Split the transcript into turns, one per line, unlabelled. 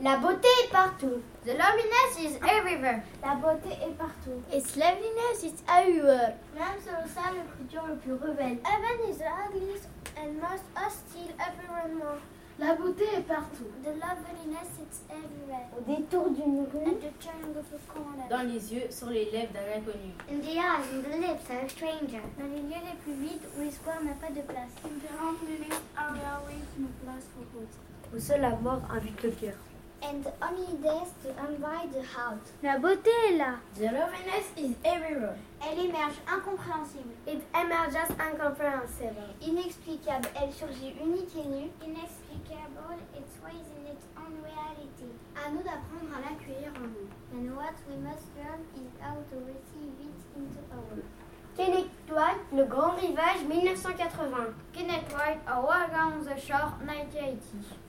La beauté est partout.
The loveliness is everywhere.
La beauté est partout.
Its loveliness is everywhere.
Même sur ça, le plus dur, le plus rebelle.
Heaven is the ugliest and most hostile environment.
La beauté est partout.
The loveliness is everywhere.
Au détour d'une rue.
At the turn of a corner.
Dans les yeux, sur les lèvres d'un inconnu.
In the eyes, in the lips of a stranger.
Dans les lieux les plus vides où l'espoir n'a pas de place.
In the loneliness area with no place for good.
Où seul la mort invite le cœur.
And only death to invite the heart.
La beauté est là.
The loveliness is everywhere.
Elle émerge incompréhensible,
It emerges incomprehensible.
inexplicable. Elle surgit unique et nue. Inexplicable, its ways in its own reality.
À nous d'apprendre à l'accueillir en nous.
And what we must learn is how to receive it into our.
Kenneth White, Le Grand Rivage 1980.
Kenneth White, A Walk on the Shore, 1980.